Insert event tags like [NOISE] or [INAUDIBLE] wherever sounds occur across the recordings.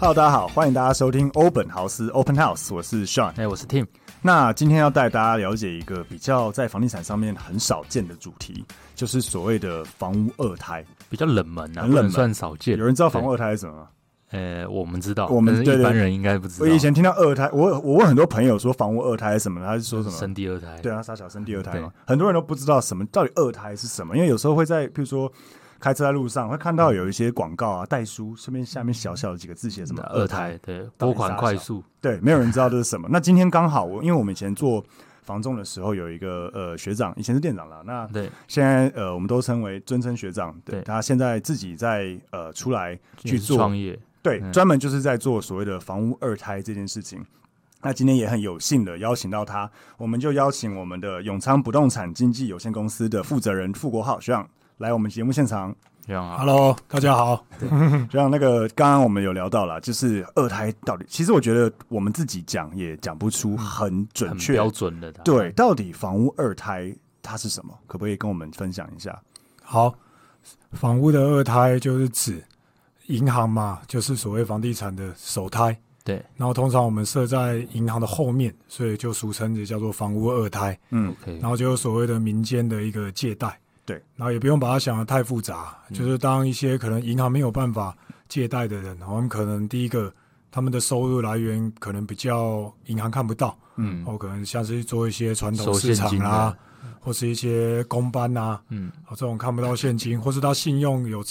Hello，大家好，欢迎大家收听欧本豪斯 Open House，我是 Sean。哎、我是 Tim，那今天要带大家了解一个比较在房地产上面很少见的主题，就是所谓的房屋二胎。比较冷门啊，很冷门不能算少见。有人知道房屋二胎是什么吗？对？呃，我们知道，我们但对是对一般人应该不知道。我以前听到二胎，我我问很多朋友说房屋二胎是什么，他是说什么？生第二胎，对啊，傻小生第二胎嘛对，很多人都不知道什么到底二胎是什么，因为有时候会在，譬如说开车在路上会看到有一些广告啊，代书顺便下面小小的几个字写什么那嗯二胎，，对，到底拨款啥快小速，对，没有人知道这是什么。那今天刚好我，因为我们以前做房仲的时候有一个呃学长，以前是店长啦，那对，现在呃我们都称为尊称学长，对对他现在自己在呃出来也去是做创业，对，嗯专门就是在做所谓的房屋二胎这件事情。那今天也很有幸的邀请到他，我们就邀请我们的永昌不动产经纪有限公司的负责人傅国浩学长来我们节目现场。这样啊， Hello，大家好。学长，那个刚刚我们有聊到了，就是二胎到底，其实我觉得我们自己讲也讲不出很准很确，标准的，对，，到底房屋二胎它是什么？可不可以跟我们分享一下？好，房屋的二胎就是指银行嘛，就是所谓房地产的首胎。对然后通常我们设在银行的后面，所以就俗称也叫做房屋二胎。嗯， ，OK，然后就有所谓的民间的一个借贷。对，然后也不用把它想的太复杂，嗯就是当一些可能银行没有办法借贷的人，他们可能第一个他们的收入来源可能比较银行看不到，嗯哦，可能像是做一些传收统现市场金啦、的或是一些公班呐、啊，嗯，哦，这种看不到现金，或是他信用有，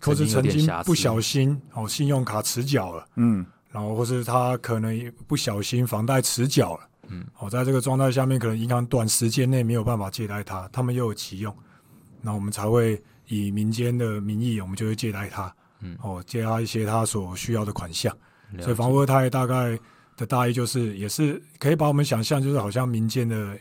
或是有曾点经瑕疵不小心哦，信用卡迟缴了，嗯，然后或是他可能也不小心房贷迟缴了，嗯，哦，在这个状态下面，可能银行短时间内没有办法借贷他，他们又有急用，那我们才会以民间的名义，我们就会借贷他，嗯，哦，借他一些他所需要的款项，了所以房屋二胎大概的大意就是，也是可以把我们想象就是好像民间的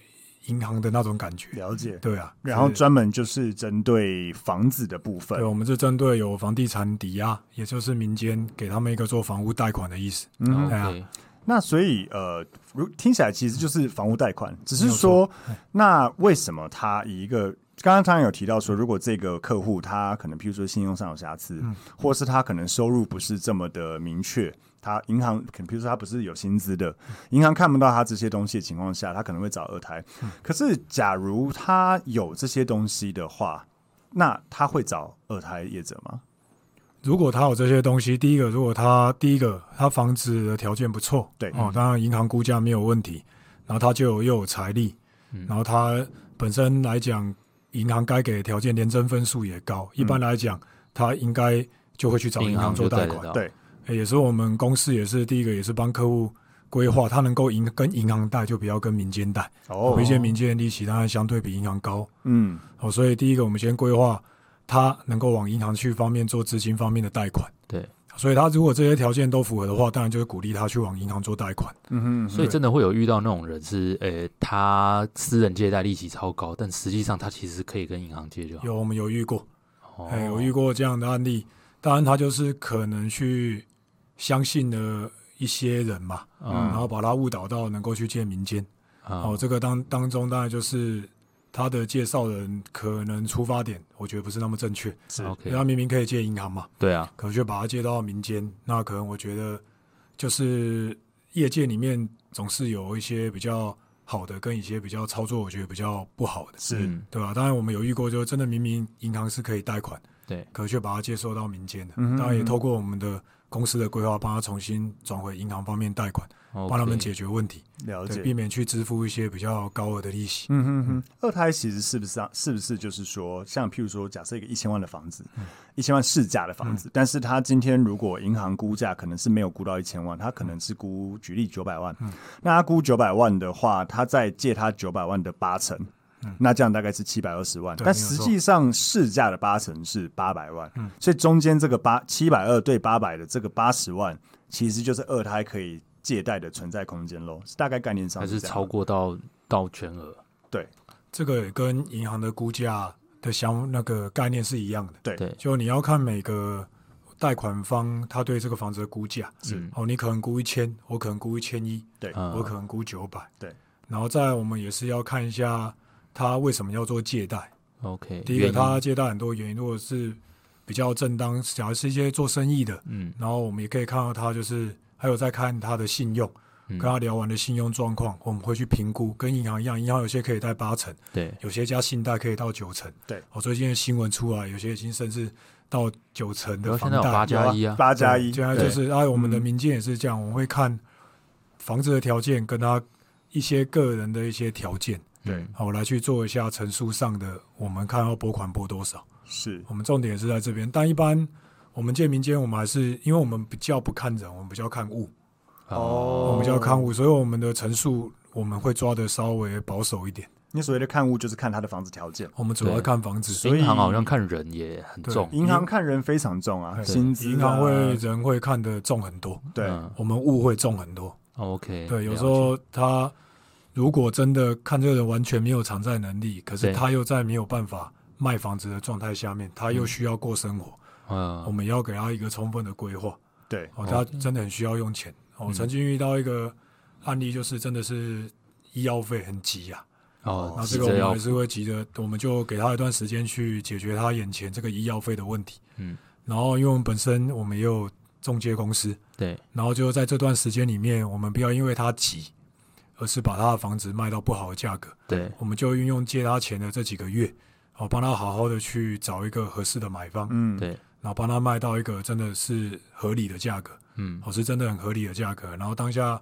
银行的那种感觉，了解。对啊，然后是专门就是针对房子的部分对，，我们是针对有房地产抵押，也就是民间给他们一个做房屋贷款的意思。嗯哎呀，OK，那所以呃，如听起来其实就是房屋贷款，只是说那为什么他以一个刚刚他有提到说，如果这个客户他可能譬如说信用上有瑕疵，嗯或是他可能收入不是这么的明确。他银行，可能比如说他不是有薪资的，银行看不到他这些东西的情况下，他可能会找二胎。嗯可是，假如他有这些东西的话，那他会找二胎业者吗？如果他有这些东西，第一个，如果他第一个他房子的条件不错，对哦，当然银行估价没有问题，然后他就有又有财力，然后他本身来讲，银行该给的条件连征分数也高，一般来讲，他应该就会去找银行做就贷得款。到，对，欸也是我们公司也是第一个，也是帮客户规划，他能够银跟银行贷，就不要跟民间贷。哦有一些民间的利息当然相对比银行高，嗯，哦，所以第一个我们先规划他能够往银行去方面做资金方面的贷款，哦对，所以他如果这些条件都符合的话，当然就是鼓励他去往银行做贷款。嗯哼嗯哼，所以真的会有遇到那种人是，呃，他私人借贷利息超高，但实际上他其实可以跟银行借就好，有我们有遇过，哦哎、有遇过这样的案例，当然他就是可能去相信了一些人嘛，嗯然后把他误导到能够去借民间。啊哦，，这个当当中当然就是他的介绍人可能出发点，我觉得不是那么正确。是哦 OK 因为他明明可以借银行嘛，对啊，可却把它借到民间，那可能我觉得就是业界里面总是有一些比较好的，跟一些比较操作我觉得比较不好的，是嗯对吧、当然我们有遇过，就是真的明明银行是可以贷款，对可却把它接收到民间的，嗯当然也透过我们的公司的规划，帮他重新转回银行方面贷款，帮帮他们解决问题，了对，解。避免去支付一些比较高额的利息。嗯哼哼，二胎其实是不是啊？是不是就是说，像譬如说，假设一个一千万的房子，嗯一千万市价的房子，但是他今天如果银行估价可能是没有估到一千万，他可能是估举例九百万，嗯那他估九百万的话，他再借他九百万的八成。嗯那这样大概是七百二十万，对但没有实错际上市价的八成是八百万，嗯所以中间这个八七百二对八百的这个八十万，其实就是二胎可以借贷的存在空间喽，是大概概念上还是这样超过到到全额，对这个也跟银行的估价的相那个概念是一样的，对对就你要看每个贷款方他对这个房子的估价，嗯哦，你可能估一千，我可能估一千一，对，嗯我可能估九百，对。然后再来我们也是要看一下他为什么要做借贷。 ，OK，第一个，原因他借贷很多原因，如果是比较正当，假如是一些做生意的，嗯然后我们也可以看到他就是还有在看他的信用，嗯跟他聊完的信用状况，我们会去评估，跟银行一样，银行有些可以贷八成，对有些加信贷可以到九成。对我、最近的新闻出来，有些已经甚至到九成然的后房现贷在有八对加一嗯啊，八加一，现在对就是哎，我们的民间也是这样，我们会看房子的条件跟他一些个人的一些条件，对嗯，好来去做一下陈述上的，我们看要拨款拨多少。是我们重点是在这边，但一般我们见民间，我们还是因为我们比较不看人，我们比较看物，哦我们比较看物，所以我们的陈述我们会抓的稍微保守一点。你所谓的看屋就是看他的房子条件，我们主要对看房子，所以银行好像看人也很对重，银行看人非常重啊，对薪资啊银行会人会看得重很多，对嗯哦我们物会重很多。 ，OK，对，有了时候他如果真的看这个人完全没有偿债能力，可是对他又在没有办法卖房子的状态下面，他又嗯需要过生活，解，嗯我们也要给他一个充分的规划。对哦，他真的很需要用钱。嗯我、哦、曾经遇到一个案例，就是真的是医药费很急啊，哦，那急这个着我们要还是会急着，我们就给他一段时间去解决他眼前这个医药费的问题。嗯，然后因为我们本身我们也有中介公司，对，然后就在这段时间里面，我们不要因为他急，而是把他的房子卖到不好的价格，对，我们就运用借他钱的这几个月，哦，帮他好好的去找一个合适的买方，嗯对，然后帮他卖到一个真的是合理的价格，嗯，哦，是真的很合理的价格。然后当下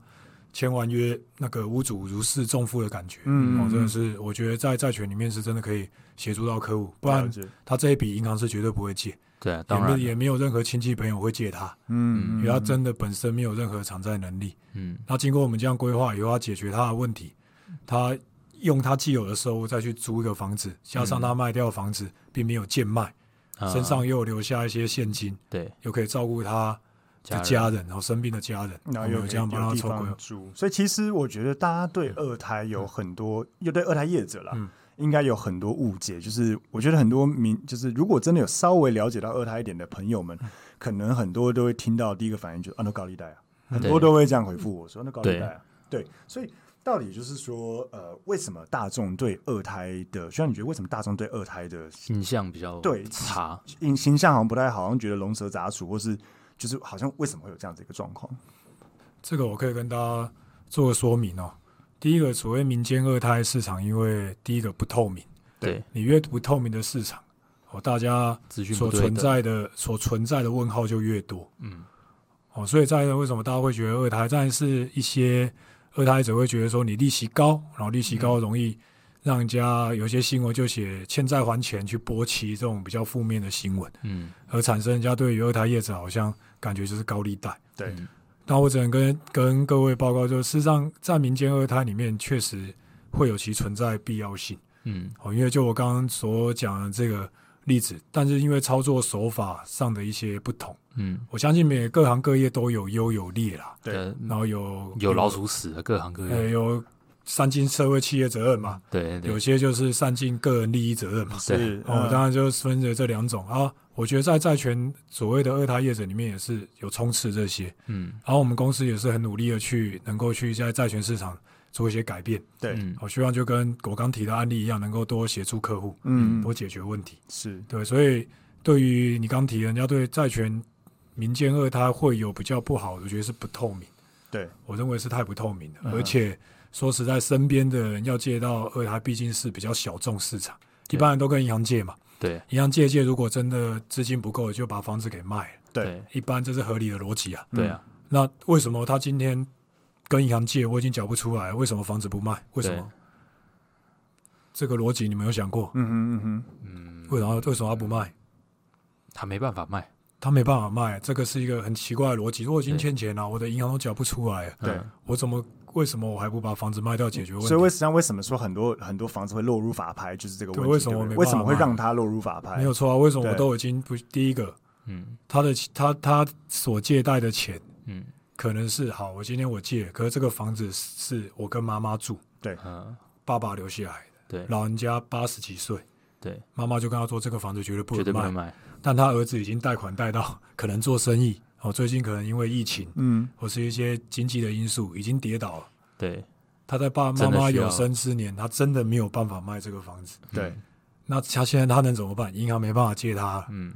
签完约，那个屋主如释重负的感觉，嗯哦，真的是我觉得在债权里面是真的可以协助到客户，不了然解他这一笔银行是绝对不会借，对啊，也当然没，也没有任何亲戚朋友会借他，嗯因为他真的本身没有任何偿债能力。嗯，那经过我们这样规划以后，他解决他的问题，他用他既有的收入再去租一个房子，加上他卖掉房子并没有贱卖，啊身上又有留下一些现金，对又可以照顾他的家家人，然后生病的家人，然后我们又哦有可以这样帮有他地凑规方住，所以其实我觉得大家对二胎嗯有很多，又对二胎业者啦，应该有很多误解。就是我觉得很多民，就是如果真的有稍微了解到二胎一点的朋友们，嗯可能很多都会听到第一个反应就是啊，那高利贷啊，嗯很多都会这样回复我说那高利贷啊，对，所以。到底就是说，呃，为什么大众对二胎的，虽然你觉得为什么大众对二胎的印象比较对差，形形象好像不太好，好像觉得龙蛇杂处，或是就是好像为什么会有这样子一个状况？这个我可以跟大家做个说明哦。第一个，所谓民间二胎市场，因为第一个不透明，对，你越不透明的市场，哦，大家资讯所不对存等在的所存在的问号就越多。嗯，哦，所以在为什么大家会觉得二胎？但是一些二胎者会觉得说你利息高，然后利息高容易让人家有一些新闻就写欠债还钱去拨期这种比较负面的新闻，嗯，而产生人家对于二胎业者好像感觉就是高利贷。对嗯那我只能跟跟各位报告，就是事实上在民间二胎里面确实会有其存在必要性。嗯，哦，因为就我刚刚所讲的这个例子，但是因为操作手法上的一些不同，嗯，我相信每各行各业都有优有劣啦。对呃然后有有老，鼠屎的各行各呃、业，有善尽社会企业责任嘛，对有对，些就是善尽个人利益责任嘛。是哦，呃当然就是分着这两种啊。我觉得在债权所谓的二胎业者里面也是有充斥这些，嗯然后我们公司也是很努力的去能够去在债权市场做一些改变。对，嗯我、希望就跟我刚提的案例一样，能够多协助客户，嗯多解决问题。是对，所以对于你刚提的，人家对债权民间二胎会有比较不好的，我觉得是不透明，对，我认为是太不透明了。嗯而且说实在，身边的人要借到二胎，毕竟是比较小众市场，一对般人都跟银行借嘛，对银行借借，如果真的资金不够，就把房子给卖了。对，一般这是合理的逻辑啊。对啊，那为什么他今天跟银行借，我已经缴不出来，为什么房子不卖？为什么？这个逻辑你们有想过？嗯哼嗯哼，嗯，为什么为什么他不卖？他没办法卖，他没办法卖，这个是一个很奇怪的逻辑。我已经对欠钱了，我的银行都缴不出来了，对嗯我怎么为什么我还不把房子卖掉解决问题？所以为实际上为什么说很多很多房子会落入法拍，就是这个问题。对为什么对不对没办法为什么会让它落入法拍？没有错啊，为什么我对都已经不第一个，嗯他的他他所借贷的钱嗯可能是好，我今天我借，可是这个房子是我跟妈妈住，嗯，爸爸留下来的，对老人家八十几岁，对，妈妈就跟他说这个房子绝对不绝对能不卖，能卖，但他儿子已经贷款贷到可能做生意，哦，最近可能因为疫情嗯，或是一些经济的因素已经跌倒了。对他在爸爸真妈的妈需要有生之年，他真的没有办法卖这个房子。对，那他现在他能怎么办？银行没办法借他了，嗯，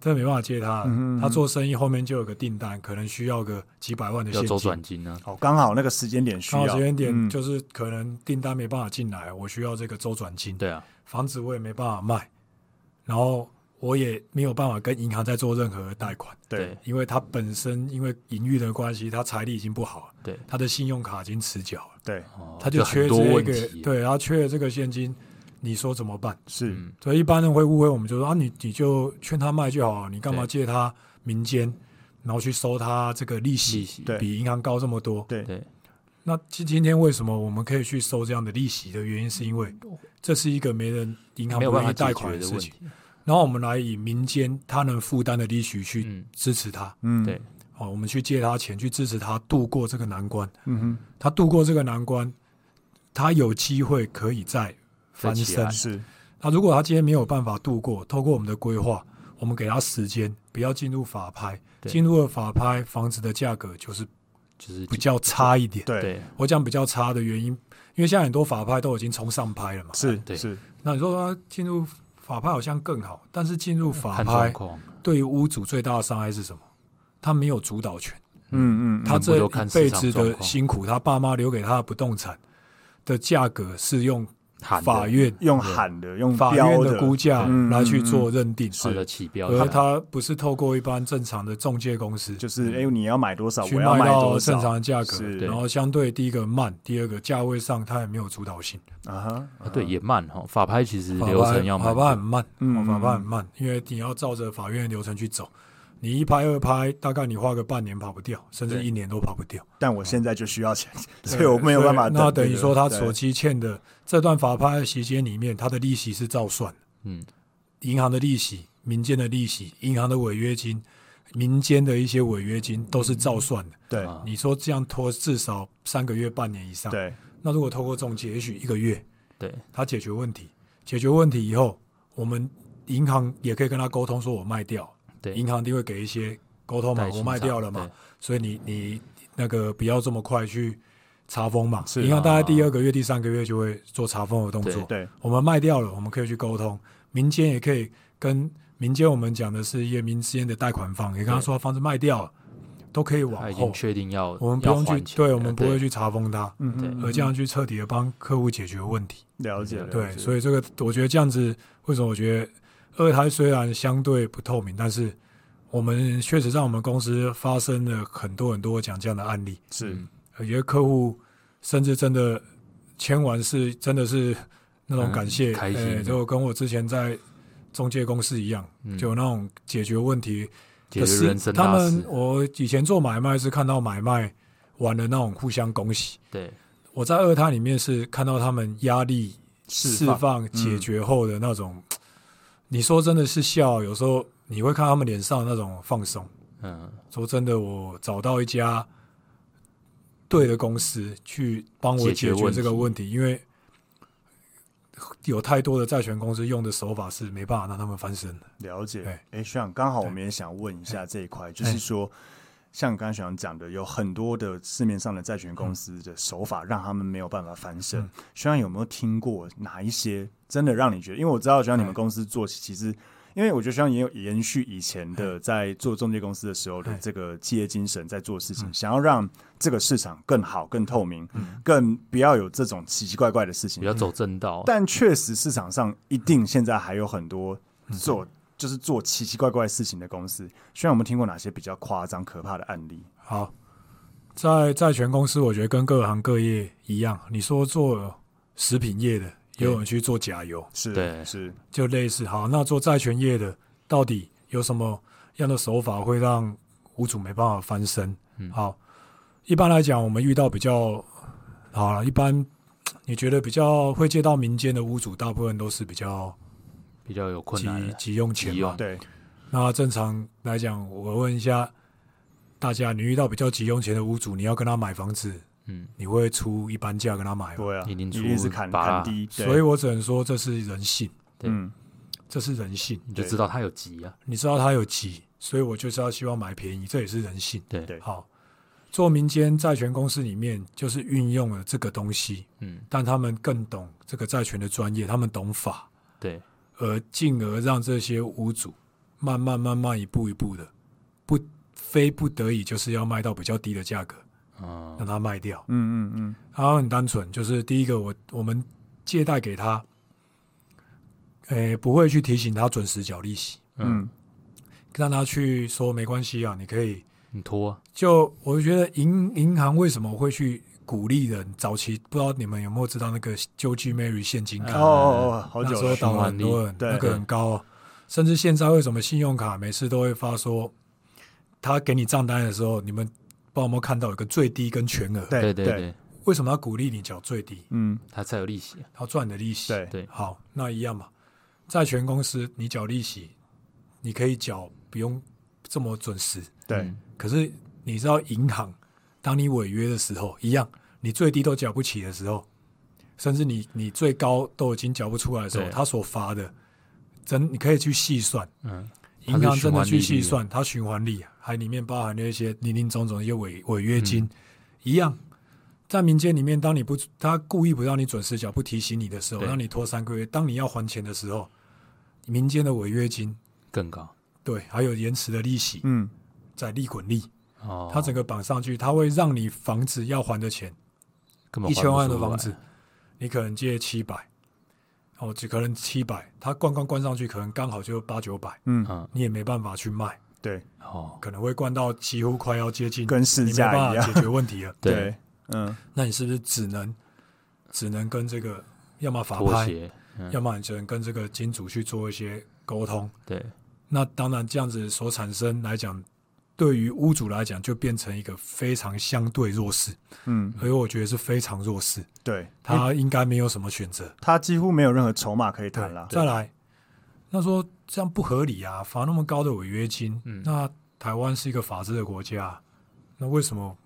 真的没办法借他了。嗯哼他做生意后面就有个订单，可能需要个几百万的要现周金。转金呢，啊哦，刚好那个时间点需刚要好时间点嗯就是可能订单没办法进来，我需要这个周转金。对啊，房子我也没办法卖，然后我也没有办法跟银行再做任何的贷款，对对因为他本身因为盈余的关系，他财力已经不好了，对，他的信用卡已经持缴了，对哦他就缺很这多问个，题，对，他缺了这个现金，你说怎么办？是嗯所以一般人会误会我们，就说啊，你你就劝他卖就好了，你干嘛对借他民间，然后去收他这个利利息，息，对比银行高这么多？对对那今今天为什么我们可以去收这样的利息的原因，是因为这是一个没人银行没有不办愿法意贷解款决的的事问情嗯题。，然后我们来以民间他能负担的利息去嗯，支持他，嗯对，哦，我们去借他钱去支持他度过这个难关。嗯他度过这个难关，他有机会可以再翻再起来身哼，。是那如果他今天没有办法度过，透过我们的规划，我们给他时间，不要进入法拍。对进入了法拍，房子的价格就是就是比较差一点。对对我讲比较差的原因，因为现在很多法拍都已经冲上拍了嘛。是对是，嗯那你说他进入法拍好像更好，但是进入法看状拍况，对于屋主最大的伤害是什么？他没有主导权，嗯嗯，嗯他这全部一都看市辈场子状的况辛苦，他爸妈留给他的不动产的价格是用喊法院用喊的，用法标院的估价嗯来去做认定，它的起标而价他不是透过一般正常的中介公司就是哎，你要买多少，嗯去我要买到多正常少的价格，是然后相对第一个慢，第二个价位上它也没有主导性。啊哈，啊对也慢哈，法拍其实法流拍程要法慢，拍很慢，嗯哦嗯法拍很慢，因为你要照着法院的流程去走，你一拍二拍，大概你花个半年跑不掉，甚至对一年都跑不掉。但我现在就需要钱，所以我没有办法等嗯对这个。那等于说他所对积欠的这段法拍的期间里面，他的利息是照算的，嗯，银行的利息、民间的利息、银行的违约金、民间的一些违约金都是照算的。对啊你说这样拖至少三个月、半年以上。对那如果透过中介，也许一个月对他解决问题，解决问题以后，我们银行也可以跟他沟通，说我卖掉，对，银行一定会给一些沟通嘛代，清我卖掉了偿嘛，所以你你那个不要这么快去查封嘛，是银行大概第二个月、第三个月就会做查封的动作啊对。对我们卖掉了，我们可以去沟通，民间也可以跟民间我们讲的是一些民间的贷款方，也跟他对说房子卖掉了，都可以往他已后经，确定要我们不用要还去，钱了对，我们不会去查封它，嗯哼对而这样去彻底的帮客户解决问题。了解了嗯对，解所以这个我觉得这样子，为什么我觉得二胎虽然相对不透明，但是我们确实让我们公司发生了很多很多讲这样的案例，是嗯有些客户甚至真的签完是真的是那种嗯感谢，开心哎就跟我之前在中介公司一样，嗯就有那种解决问题解决的事人。生他大们事，我以前做买卖是看到买卖完了那种互相恭喜，对我在二胎里面是看到他们压力释释放放解决后的那种，你说真的是笑，有时候你会看他们脸上那种放松。嗯说真的，我找到一家对的公司去帮我解解决决问题这个问题，因为有太多的债权公司用的手法是没办法让他们翻身的。了解对。哎，学长，刚好我们也想问一哎下这一块，就是说，像刚刚学长讲的，有很多的市面上的债权嗯公司的手法，让他们没有办法翻身。学长有没有听过哪一些真的让你觉得？因为我知道，学长你哎们公司做其实。因为我觉得，学长也有延续以前的在做中介公司的时候的哎嗯这个企业精神，在做事情，想要让这个市场更好、更透明、更不要有这种奇奇怪怪的事情嗯比。较走正道，但确实市场上一定现在还有很多嗯做就是做奇奇怪怪事情的公司。虽然我们听过哪些比较夸张可怕的案例，好，在债权公司，我觉得跟各行各业一样，你说做食品业的，也有人去做甲油，是对是就类似。好，那做债权业的，到底有什么样的手法会让屋主没办法翻身？嗯好，一般来讲，我们遇到比较好了，一般你觉得比较会借到民间的屋主，大部分都是比较比较有困急难的。急用钱急嘛用，对那正常来讲，我问一下大家，你遇到比较急用钱的屋主，你要跟他买房子，嗯，你会出一般价跟他买吗？对啊，一定出定是砍把砍啦低，对所以我只能说这是人性，对嗯这是人性。你就对知道他有急啊。你知道他有急，所以我就是要希望买便宜，这也是人性。对对好，做民间债权公司里面，就是运用了这个东西，嗯，但他们更懂这个债权的专业，他们懂法，对，而进而让这些屋主慢慢慢慢一步一步的，不非不得已就是要卖到比较低的价格，嗯让他卖掉。嗯嗯嗯，他很单纯，就是第一个我我们借贷给他，诶、不会去提醒他准时缴利息，嗯，让他去说没关系啊，你可以。你拖啊，就我觉得银银行为什么会去鼓励人早期？不知道你们有没有知道那个救济 Mary 现金嗯卡？哦哦哦，好呃那久时候了，倒了很多人，对那个很高、哦，甚至现在为什么信用卡每次都会发说，他给你账单的时候，你们不知道有没有看到有个最低跟全额？对对对对对，为什么要鼓励你缴最低？嗯他才有利息啊。然后赚你的利息。对对，好，那一样嘛，债权公司你缴利息，你可以缴不用这么准时，对嗯可是你知道银行，当你违约的时候，一样，你最低都缴不起的时候，甚至你你最高都已经缴不出来的时候，对他所罚的，真你可以去细算，嗯，它银是行真的循环利去率细算，它循环利还里面包含了一些零零总总的一些违违约金，嗯一样。在民间里面，当你不他故意不让你准时缴，不提醒你的时候，对让你拖三个月，当你要还钱的时候，民间的违约金，更高对，还有延迟的利息，嗯在利滚利，哦，它整个绑上去，它会让你房子要还的钱，根本一还千不万的出房来子，你可能借七百，哦，只可能七百，它灌灌灌上去，可能刚好就八九百，嗯，嗯，你也没办法去卖，对哦，。可能会灌到几乎快要接近跟市你没价办一法样解决问 [LAUGHS] 题了对，，嗯那你是不是只能只能跟这个，要么法拖拍，鞋，嗯，要么你只能跟这个金主去做一些沟通？对，那当然，这样子所产生来讲，对于屋主来讲，就变成一个非常相对弱势。嗯所以我觉得是非常弱势，对，他他应该没有什么选择。他几乎没有任何筹码可以谈了，再来，那说这样不合理啊，罚那么高的违约金，嗯那台湾是一个法治的国家，那为什么？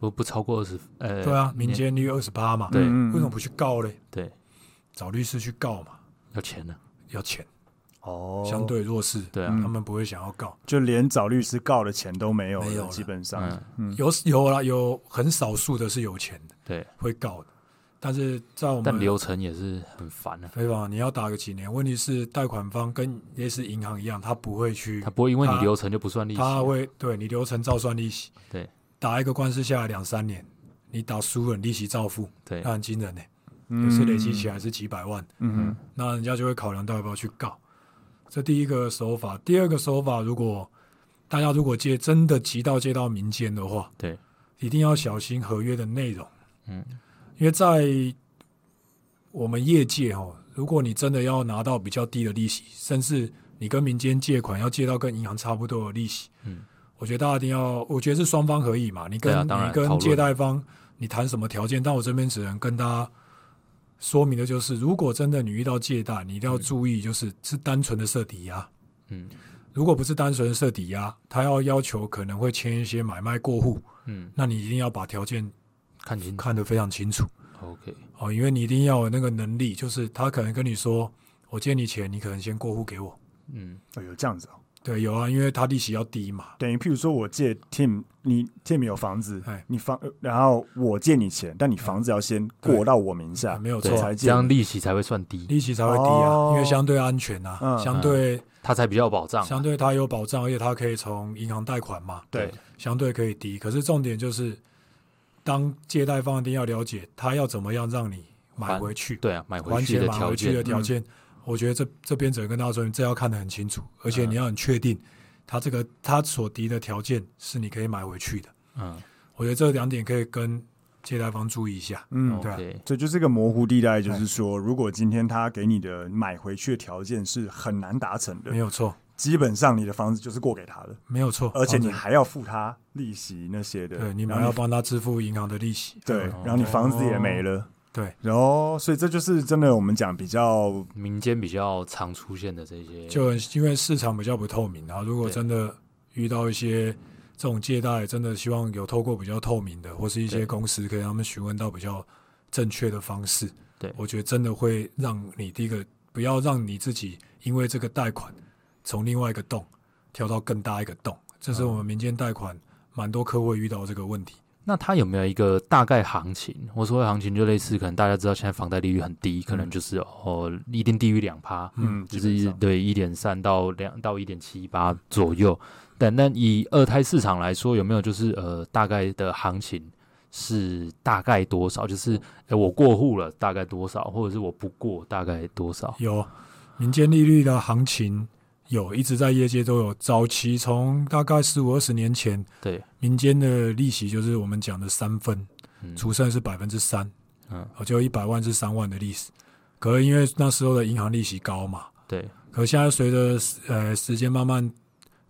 不不超过二十，呃，对啊，民年间利率二十八嘛，对嗯为什么不去告嘞？对找律师去告嘛，要钱呢，要钱，哦，相对弱势，对他啊，们不会想要告。就连找律师告的钱都没有没有了，了基本上，嗯，有有啦，有很少数的是有钱的对，会告的，但是在我但们流程也是很烦啊，非常，你要打个几年？问题是贷款方跟类似银行一样，他不会去他不会因为你嗯他流程就不算利息啊，他会对你流程照算利息，对打一个官司下来两三年，你打输了你利息照付，对那，很惊人呢、欸嗯也是累积起来是几百万，嗯哼那人家就会考量到要不要去告。这第一个手法，第二个手法，如果大家如果借真的急到借到民间的话，对，一定要小心合约的内容，嗯，因为在我们业界哦，如果你真的要拿到比较低的利息，甚至你跟民间借款要借到跟银行差不多的利息，嗯，我觉得大家一定要，我觉得是双方合意嘛，你跟、对啊当然你讨跟论借贷方你谈什么条件，但我这边只能跟大家说明的就是，如果真的你遇到借贷，你一定要注意，就是、是单纯的设抵押，嗯如果不是单纯的设抵押，他要要求可能会签一些买卖过户，嗯，那你一定要把条件看清楚看得非常清楚，OK，哦，因为你一定要有那个能力，就是他可能跟你说，我借你钱，你可能先过户给我。嗯，哦，有这样子哦，对，有啊，因为他利息要低嘛，等于譬如说我借 Tim，你 Tim 有房子哎，你房，呃然后我借你钱，但你房子要先过到我名下啊，没有对错，才，这借样利息才会算低，利息才会低啊，哦因为相对安全啊，嗯相对、他才比较有保障啊，相对它有保障，而且它可以从银行贷款嘛，对对，相对可以低。可是重点就是，当借贷方一定要了解他要怎么样让你买还回去，对啊，买回还去钱的买条回去件，的嗯条件，我觉得这这边只能跟大家说明，这要看得很清楚，嗯而且你要很确定，他这个他所提的条件是你可以买回去的。嗯我觉得这两点可以跟借贷方注意一下。嗯，对啊，OK，这就是个模糊地带，哎就是说，如果今天他给你的买回去的条件是很难达成没的，有错，基本上你的房子就是过给他的，没有错，而且你房子还要付他利息那些的，哦对你们然还后要帮他支付银行的利息。对，然后你房子也没了，对，然后所以这就是真的我们讲比较民间比较常出现的这些，就因为市场比较不透明，然后如果对真的遇到一些这种借贷，真的希望有透过比较透明的，或是一些对公司可以让他们询问到比较正确的方式。对我觉得真的会让你第一个不要让你自己因为这个贷款从另外一个洞跳到更大一个洞，这是我们民间贷款蛮多客户会遇到这个问题。那它有没有一个大概行情？我所谓行情就类似，可能大家知道现在房贷利率很低，嗯可能就是哦，一定低于两趴，嗯，就基本是上对一点三到两到一点七八左右。但但以二胎市场来说，有没有就是呃大概的行情是大概多少？就是诶我过户了大概多少，或者是我不过大概多少？有民间利率的行情有一直在业界都有，早期从大概十五二十年前，对，民间的利息就是我们讲的三分，嗯，除剩是百分之三，嗯，哦，就一百万是三万的利息。可是因为那时候的银行利息高嘛，对可现在随着呃时间慢慢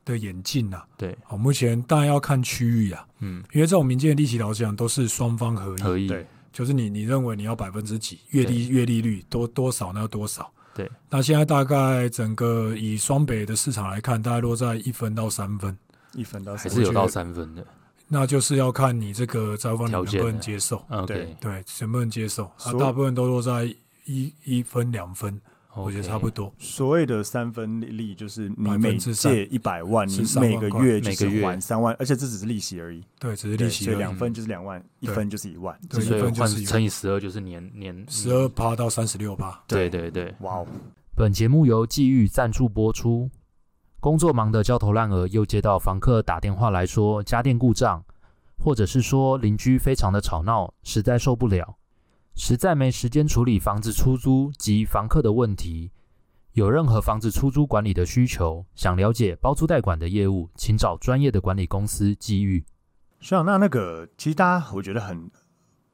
的演进啊，对，哦，目前当然要看区域啊，嗯，因为这种民间的利息老实讲都是双方合意，可以，对就是你你认为你要百分之几，月利月利率多多少那要多少。对，那现在大概整个以双北的市场来看，大概落在一分到三分，一分到还三是分，有到三分的。那就是要看你这个债务方条能件啊不能的接受， OK，对对，能不能接受？啊，所大部分都落在一一分两分，我觉得差不多。多。所谓的三分利利就是你百每分之三借一百万，你是三每万个块月每就是个月还三万，而且这只是利息而已，对，只是对利息所以而已两分就是两万，一对分就是一万，对所以一分就换是一万乘以十二就是年年嗯嗯十二趴到三十六趴。对对对。哇哦，本节目由际遇赞助播出。工作忙得焦头烂额，又接到房客打电话来说家电故障，或者是说邻居非常的吵闹，实在受不了，实在没时间处理房子出租及房客的问题。有任何房子出租管理的需求，想了解包租代管的业务，请找专业的管理公司际遇。学长，那那个其实大家我觉得很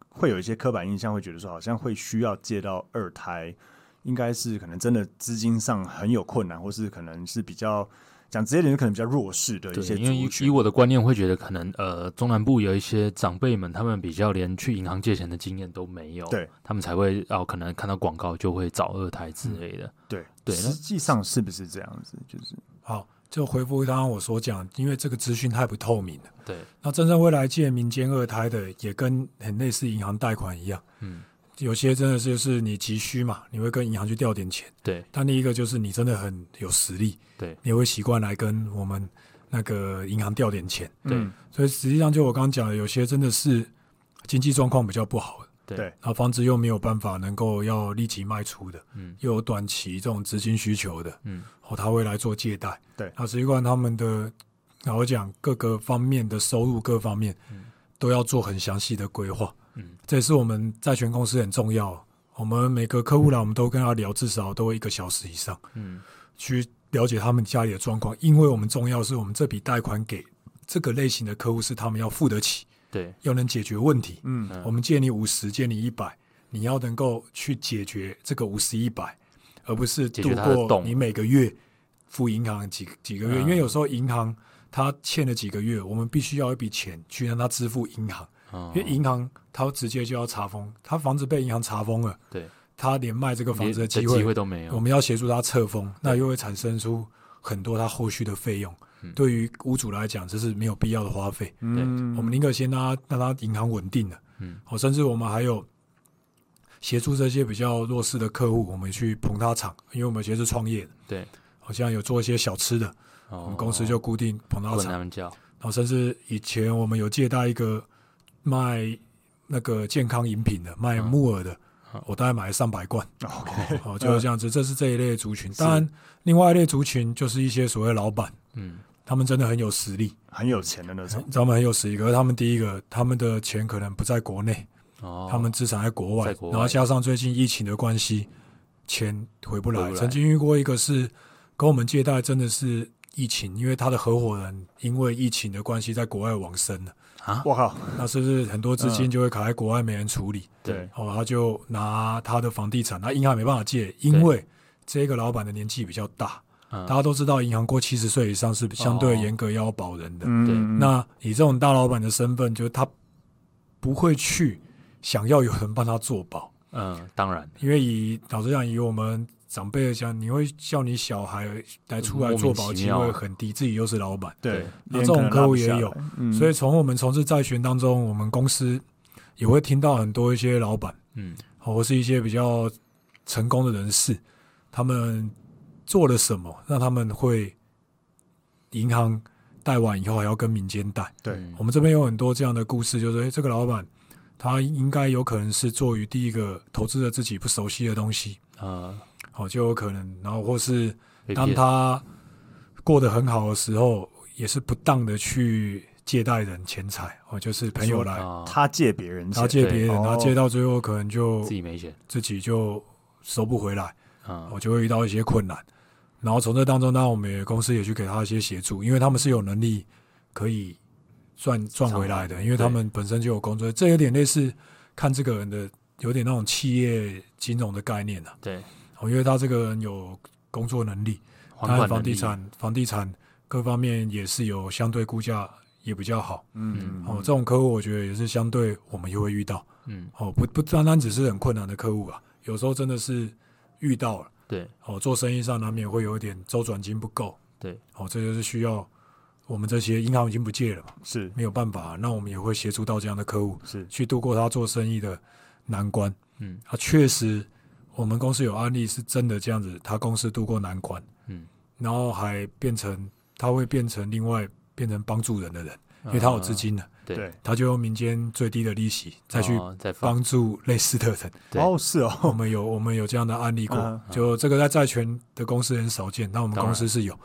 会有一些刻板印象，会觉得说好像会需要借到二胎，应该是可能真的资金上很有困难，或是可能是比较讲直接点，可能比较弱势的一些对，因为族以以群。我的观念会觉得，可能呃，中南部有一些长辈们，他们比较连去银行借钱的经验都没有，对，他们才会哦，可能看到广告就会找二胎嗯之类的。对对那实际上是不是这样子？就是好，就回复刚刚我所讲，因为这个资讯太不透明了。对，那真正会来借民间二胎的，也跟很类似银行贷款一样，嗯，有些真的是就是你急需嘛，你会跟银行去调点钱。对，但另一个就是你真的很有实力，对，你也会习惯来跟我们那个银行调点钱。对嗯所以实际上，就我刚刚讲的，有些真的是经济状况比较不好的，对对然后房子又没有办法能够要立即卖出的，嗯又有短期这种资金需求的，嗯，哦，他会来做借贷。对那实际上他们的，然后讲各个方面的收入各方面，都要做很详细的规划。嗯，这也是我们债权公司很重要。我们每个客户来，我们都跟他聊至少都会一个小时以上，嗯，去了解他们家里的状况，因为我们重要是我们这笔贷款给这个类型的客户是他们要付得起，对，要能解决问题。嗯嗯我们借你五十，借你一百，你要能够去解决这个五十一百，而不是解度决它的过洞你每个月付银行几几个月，嗯因为有时候银行它欠了几个月，我们必须要一笔钱去让它支付银行，嗯因为银行它直接就要查封，它房子被银行查封了，对它连卖这个房连子的这机机会会都没我有，们要协助他测风，那又会产生出很多他后续的费用。对于屋主来讲，这是没有必要的花费。嗯，我们宁可先让他让他银行稳定了。嗯，哦，甚至我们还有协助这些比较弱势的客户，我们去捧他场，因为我们其实是创业的，对，哦好像有做一些小吃的，我我们公司就固定捧他问场他。们叫，然哦后甚至以前我们有借贷一个卖那个健康饮品的，卖木耳的，嗯我大概买了上百罐。 OK，哦，就是这样子，这是这一类族群。当然，另外一类族群就是一些所谓老板，嗯，他们真的很有实力，很有钱的那种，他们很有实力。可是他们第一个，他们的钱可能不在国内，哦，他们资产在国外在，国外然后加上最近疫情的关系，钱回不回来。不来曾经遇过一个是跟我们借贷，真的是疫情，因为他的合伙人因为疫情的关系在国外往生了，我靠，那是不是很多资金就会卡在国外没人处理？对，哦，他就拿他的房地产，那银行也没办法借，因为这个老板的年纪比较大，嗯大家都知道银行过七十岁以上是相对严格要保人的。对嗯，那以这种大老板的身份，就是他不会去想要有人帮他做保，嗯，当然，因为以老实讲，以我们长辈的讲，你会叫你小孩来出来莫名做保其机妙会很低，自己又是老板，对，那连这可种能客拉不户也下有来，嗯所以从我们从事债权当中，我们公司也会听到很多一些老板。嗯，哦，或是一些比较成功的人士，他们做了什么，让他们会银行贷完以后还要跟民间贷。对嗯我们这边有很多这样的故事，就是诶哎这个老板他应该有可能是做于第一个投资了自己不熟悉的东西，呃，哦，就有可能，然后或是被当骗他过得很好的时候，也是不当的去借贷人钱财，哦，就是朋友来。啊，他借别人钱他，借对别人，他哦借到最后可能就自己没钱，自己就收不回来，嗯哦啊我，就会遇到一些困难。然后从这当中，呢，我们也公司也去给他一些协助，因为他们是有能力可以赚赚回来的，因为他们本身就有工作，这有点类似看这个人的有点那种企业金融的概念呐、对，啊，因为他这个人有工作能力，还他款的能房地力，产房地产各方面也是有相对估价也比较好。嗯，哦，这种客户我觉得也是相对我们也会遇到。嗯，哦，不不单单只是很困难的客户啊，有时候真的是遇到了对，哦，做生意上难免会有一点周转金不够，对，哦，这就是需要我们这些银行已经不借了嘛，是没有办法，啊那我们也会协助到这样的客户是，去度过他做生意的难关。嗯啊，确实，我们公司有案例是真的这样子，他公司度过难关，嗯，然后还变成他会变成另外变成帮助人的人，因为他有资金了，对对，他就用民间最低的利息再去哦再放，帮助类似的人。对哦是我哦，们有我们有这样的案例过嗯，就这个在债权的公司很少见，但我们当然公司是有。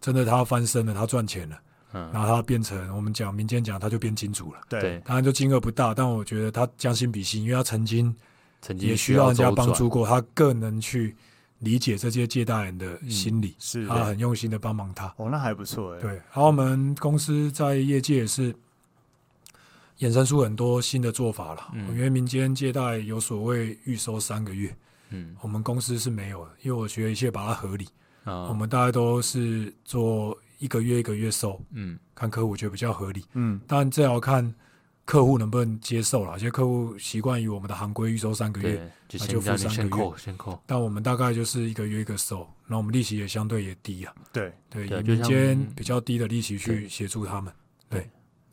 真的，他翻身了，他赚钱了，然嗯，后他变成我们讲民间讲，他就变金主了。对，，当然，就金额不大，但我觉得他将心比心，因为他曾经曾经也需要人家周帮转助，过，他更能去理解这些借贷人的心理，嗯是他很用心的帮忙他。啊哦，那还不错哎，对，然后我们公司在业界也是衍生出很多新的做法了，嗯因为民间借贷有所谓预收三个月，嗯，我们公司是没有的，因为我觉得一切把它合理，啊我，们大家都是做一个月一个月收，嗯，看客户觉得比较合理，嗯，但这要看客户能不能接受了，有些客户习惯于我们的行规预收三个月，对，就嗯那先就让付你三先个月扣，先扣，但我们大概就是一个月一个收，那我们利息也相对也低啊，对，对，对以就民像嗯间比较低的利息对去协助他们。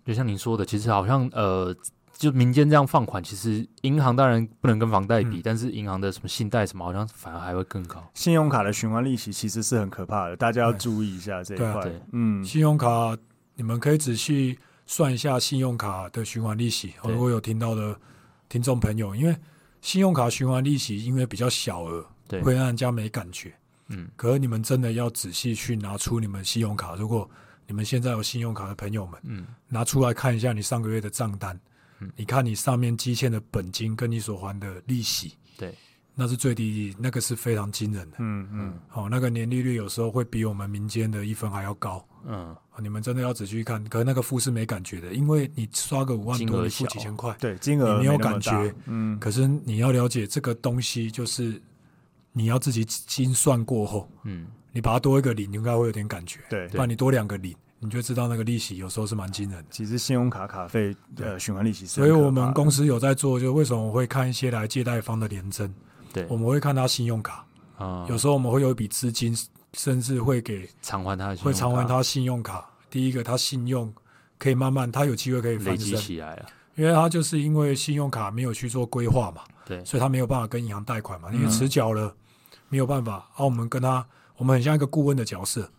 就像您说的，其实好像呃，就民间这样放款，其实银行当然不能跟房贷比，嗯但是银行的什么信贷什么，好像反而还会更高。信用卡的循环利息其实是很可怕的，大家要注意一下这一对啊块对，嗯，信用卡，你们可以仔细算一下信用卡的循环利息。哦对如果有听到的听众朋友，因为信用卡循环利息因为比较小额，对，会让人家没感觉。嗯，可是你们真的要仔细去拿出你们信用卡，如果你们现在有信用卡的朋友们，嗯，拿出来看一下你上个月的账单，嗯你看你上面积欠的本金跟你所还的利息，对，那是最低，那个是非常惊人的。嗯嗯，哦，那个年利率有时候会比我们民间的一分还要高。嗯，啊你们真的要仔细看，可能那个付是没感觉的，因为你刷个五万金多，额你付小几千块，对，金额你没有那么感觉大嗯，可是你要了解这个东西，就是你要自己精算过后，嗯，你把它多一个零，你应该会有点感觉，对不然你多两个零，你就知道那个利息有时候是蛮惊人的。其实信用卡卡费呃循环利息是所很以可怕的，我们公司有在做，就为什么我会看一些来借贷方的联征，对我，们会看他信用卡，啊，有时候我们会有一笔资金，甚至会给偿还他的信会用偿还卡他信用卡。第一个，他信用可以慢慢，他有机会可以累翻积身。起来了。因为他就是因为信用卡没有去做规划嘛，对，所以他没有办法跟银行贷款嗯嘛，因为迟缴了，没有办法。啊，我们跟他，我们很像一个顾问的角色，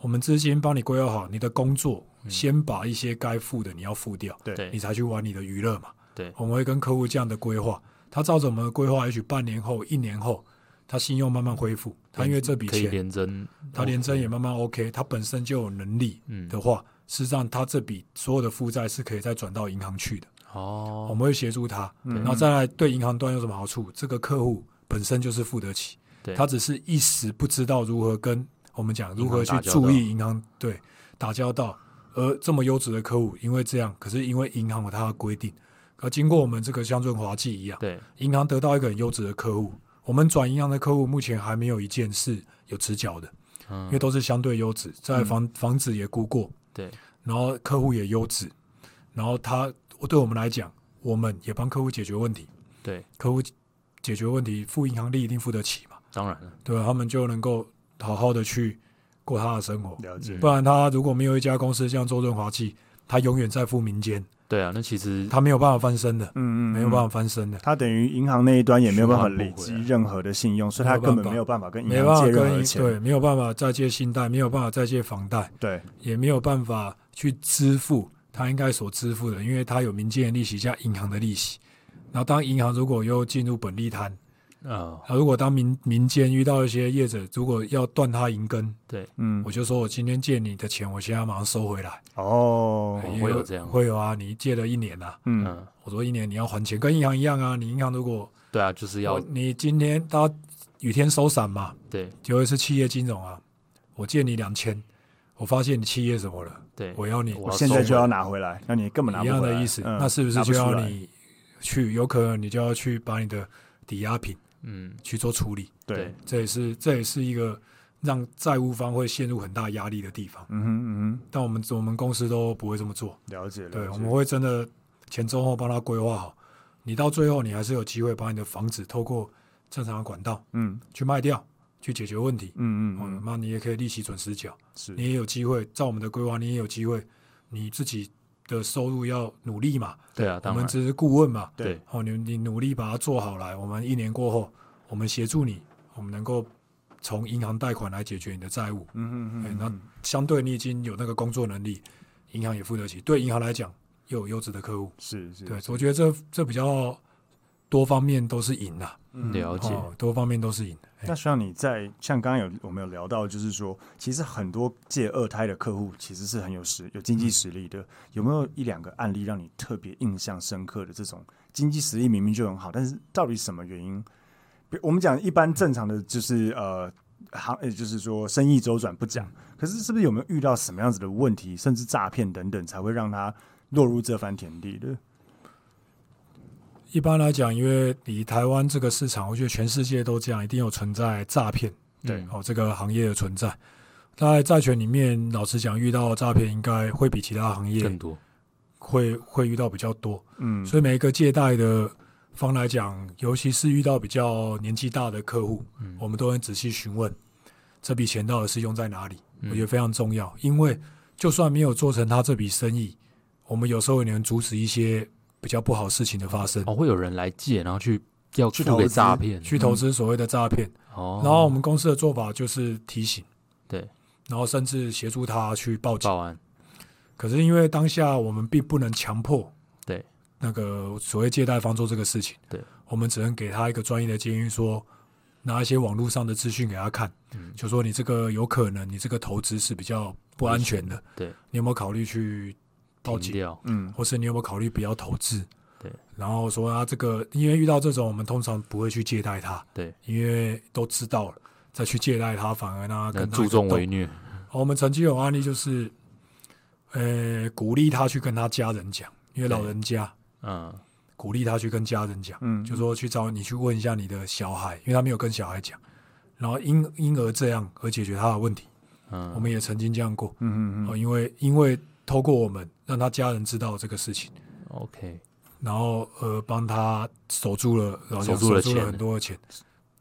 我们之前帮你规划好你的工作，嗯先把一些该付的你要付掉，对对你哦才去玩你的娱乐嘛。对我们会跟客户这样的规划，他照着我们的规划，也许半年后、一年后，他信用慢慢恢复，他因为这笔可以钱，连哦征，他连征也慢慢 OK，他本身就有能力嗯的话，事实上他这笔所有的负债是可以再转到银行去的。我哦，们会协助他，嗯然后再来对银行端有什么好处？这个客户本身就是付得起，对他只是一时不知道如何跟我们讲如何银去行打交道注意银行对打交道，而这么优质的客户，因为这样，可是因为银行有它的规定，而经过我们这个乡润滑稽一样，对，银行得到一个很优质的客户，我们转银行的客户目前还没有一件是有直角的，因嗯，为都是相对优质，在房、房子也估过，对，然后客户也优质，然后他对我们来讲，我们也帮客户解决问题，对，客户解决问题，付银行利一定付得起嘛，当然了，对吧？他们就能够好好的去过他的生活，了解。不然他如果没有一家公司像周润华记，他永远在付民间，对啊，那其实他没有办法翻身的，嗯嗯，没有办法。法翻身的。他等于银行那一端也没有办法循环累不回积来任何的信用，所以他根本没有办法跟没银办行法借任跟何银钱。对，没有办法再借信贷，没有办法再借房贷，对也没有办法去支付他应该所支付的，因为他有民间的利息加银行的利息。然后，当银行如果又进入本利摊，呃，啊，如果当民民间遇到一些业者，如果要断他银根，嗯我，就说我今天借你的钱，我现在马上收回来。哦，哦因为会有这样会有啊，你借了一年啊，嗯，嗯，我说一年你要还钱，跟银行一样啊。你银行如果对啊，就是要我你今天他雨天收伞嘛，对尤其是企业金融啊，我借你两千，我发现你企业怎么了，对，我要你我我要现在收就要回拿回来，那你根本拿不一样回来的意思，嗯那是不是拿就出要来你去？有可能你就要去把你的抵押品嗯，去做处理，对对？，这也是这也是一个让债务方会陷入很大压力的地方。嗯哼嗯但我们我们公司都不会这么做，哼，了解了解。对，我们会真的前中后帮他规划好，你到最后你还是有机会把你的房子透过正常的管道嗯去卖掉，去解决问题。嗯嗯哦，嗯，那你也可以利息准时缴，是你也有机会，照我们的规划，你也有机会，你自己的收入要努力嘛，对啊，我当们然，只是顾问嘛，对对哦，你你努力把它做好来，我们一年过后，我们协助你，我们能够从银行贷款来解决你的债务，嗯嗯哎嗯，那相对你已经有那个工作能力，银行也付得起，对银行来讲又有优质的客户，是是，对，我觉得这这比较多方面都是赢啦，嗯了解，哦，多方面都是赢的，哎那像你在像刚刚有我们有聊到，就是说，其实很多借二胎的客户其实是很有实有嗯经济实力的，有没有一两个案例让你特别印象深刻的这种经济实力明明就很好，但是到底什么原因？比我们讲一般正常的就是呃行，呃就是说生意周转不讲，嗯可是是不是有没有遇到什么样子的问题，甚至诈骗等等，才会让他落入这番田地的？一般来讲，因为以台湾这个市场，我觉得全世界都这样，一定有存在诈骗，对哦，这个行业的存在。在债权里面，老实讲，遇到诈骗应该会比其他行更业多，会会遇到比较多，嗯，所以每一个借贷的方来讲，尤其是遇到比较年纪大的客户，嗯我们都很仔细询问这笔钱到底是用在哪里，嗯我觉得非常重要，因为就算没有做成他这笔生意，我们有时候也能阻止一些比较不好事情的发生。哦，会有人来借，然后去要去付给投资诈骗，去投资所谓的诈骗。哦，然后我们公司的做法就是提醒，对然后甚至协助他去报警。报案，可是因为当下我们并不能强迫对那个所谓借贷方做这个事情，对，我们只能给他一个专业的建议说。拿一些网络上的资讯给他看，嗯就说你这个有可能，你这个投资是比较不安全的，对，你有没有考虑去报停警？掉，嗯或是你有没有考虑不要投资？对，然后说啊，这个因为遇到这种，我们通常不会去借贷他，对，因为都知道了，再去借贷他反而让他那更注重为虐，我们曾经有案例就是，呃，鼓励他去跟他家人讲，因为老人家嗯，鼓励他去跟家人讲，嗯，就说去找你去问一下你的小孩，因为他没有跟小孩讲，然后因因而这样而解决他的问题。嗯我们也曾经这样过，嗯嗯哦，嗯，因为因为透过我们让他家人知道这个事情。 OK，然后呃帮他守住了，然后守守住了住钱很多的钱，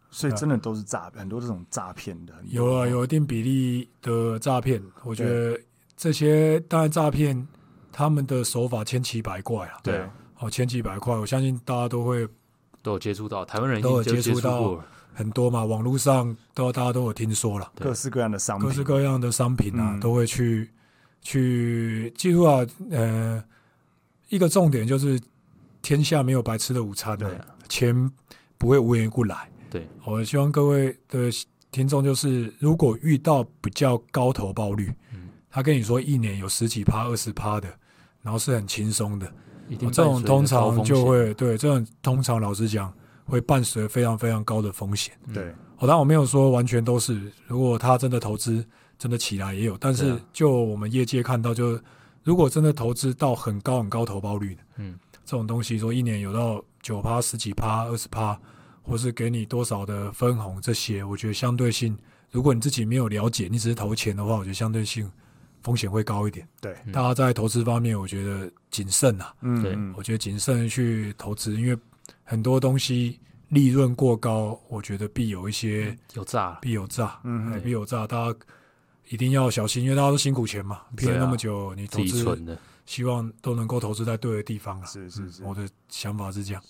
所以真的都是诈，很多这种诈骗的，很多呃有啊了有一定比例的诈骗，我觉得这些当然诈骗他们的手法千奇百怪啊，对对。哦千奇百怪，我相信大家都会都有接触到，台湾人已都经有接接触到过了，很多嘛，网络上都大家都有听说了，对各式各样的商品，各式各样的商品啊、嗯都会去去记住啊，呃，一个重点就是天下没有白吃的午餐的、对啊钱不会无缘无故来。对，我希望各位的听众就是，如果遇到比较高投报率，嗯他跟你说一年有十几趴、二十趴的，然后是很轻松的，一定哦这种伴随着通高常风就险会对这种通常老实讲会伴随非常非常高的风险。嗯对，哦，当然我没有说完全都是，如果他真的投资真的起来也有，但对是啊就我们业界看到就，如果真的投资到很高很高投报率的，嗯，这种东西说一年有到九趴、十几趴、二十趴，或是给你多少的分红这些，我觉得相对性，如果你自己没有了解，你只是投钱的话，我觉得相对性风险会高一点。对，嗯大家在投资方面，我觉得谨慎啊，嗯对嗯我觉得谨慎去投资，因为很多东西利润过高，我觉得必有一些有诈了，必有诈，嗯哎对必有诈，大家一定要小心，因为大家都辛苦钱嘛，对啊骗了那么久，你自投己资存的。希望都能够投资在对的地方啊。是是是我的想法是这样。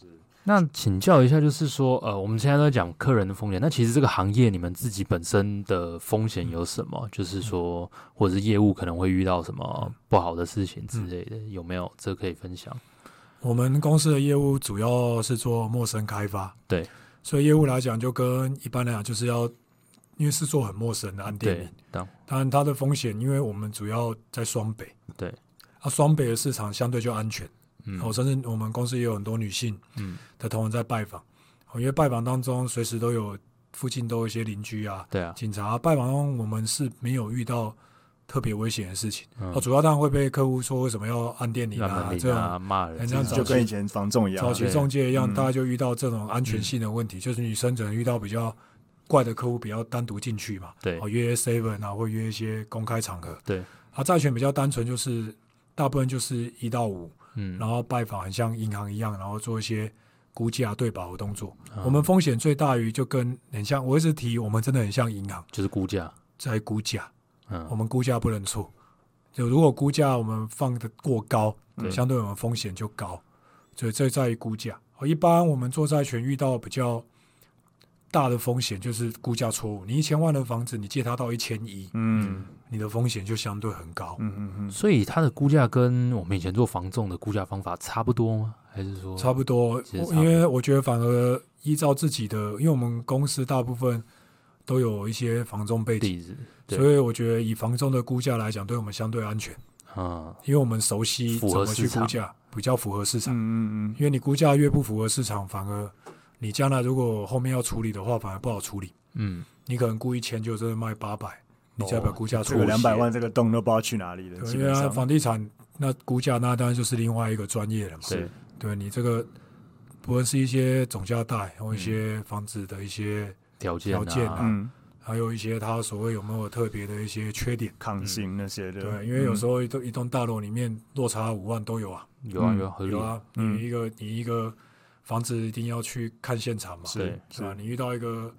那请教一下，就是说，呃，我们现在都在讲客人的风险，那其实这个行业你们自己本身的风险嗯有什么？就是说，或者是业务可能会遇到什么不好的事情之类嗯的，有没有？这可以分享。我们公司的业务主要是做陌生开发，对，所以业务来讲就跟一般来讲就是要，因为是做很陌生的按店对名，，当当然它的风险，因为我们主要在双北，对，啊，双北的市场相对就安全，嗯我、甚至我们公司也有很多女性嗯，的同仁在拜访，哦因为拜访当中随时都有附近都有一些邻居啊、对啊，警察、啊、拜访中，我们是没有遇到特别危险的事情，嗯哦，主要当然会被客户说为什么要按店里乱啊门这铃样啊，骂人哎之类这样的，子就跟以前房仲一样早啊，期对嗯中介一样，嗯大家就遇到这种安全性的问题，就是女生只能遇到比较怪的客户，比较单独进去嘛，对哦，约 seven 啊，或约一些公开场合。对，啊，债权比较单纯，就是大部分就是一到五，嗯，然后拜访很像银行一样，然后做一些估价对保的动作。嗯我们风险最大于就跟很像，我一直提，我们真的很像银行就是估价，在估价，嗯，我们估价不能错。就如果估价我们放的过高对，相对我们风险就高，所以这在于估价。哦一般我们做债权遇到比较大的风险就是估价错误。你一千万的房子，你借它到一千一，嗯你的风险就相对很高，嗯嗯嗯，所以它的估价跟我们以前做房仲的估价方法差不多吗？还是说差不多。其实差不我多因为我觉得反而依照自己的，因为我们公司大部分都有一些房仲背景，地址？对所以我觉得以房仲的估价来讲，对我们相对安全，嗯，因为我们熟悉符怎合么去市场估价，比较符合市场。嗯嗯嗯因为你估价越不符合市场，反而你将来如果后面要处理的话，反而不好处理。嗯，你可能估一千就真的卖八百，你再把估价哦这出个来。两百万这个洞都不知道去哪里了，对基因本为它上房地产那估价那当然就是另外一个专业了嘛。对，对你这个，不论是一些总价带，或一些房子的一些，条件啊条件啊嗯，还有一些它所谓有没有特别的一些缺点。抗性那些的，嗯对，因为有时候候一栋一栋大楼里面落差五万都有啊，有啊嗯有啊合理有，啊，嗯你一个你一个房子一定要去看现场嘛，对是吧？你遇到一个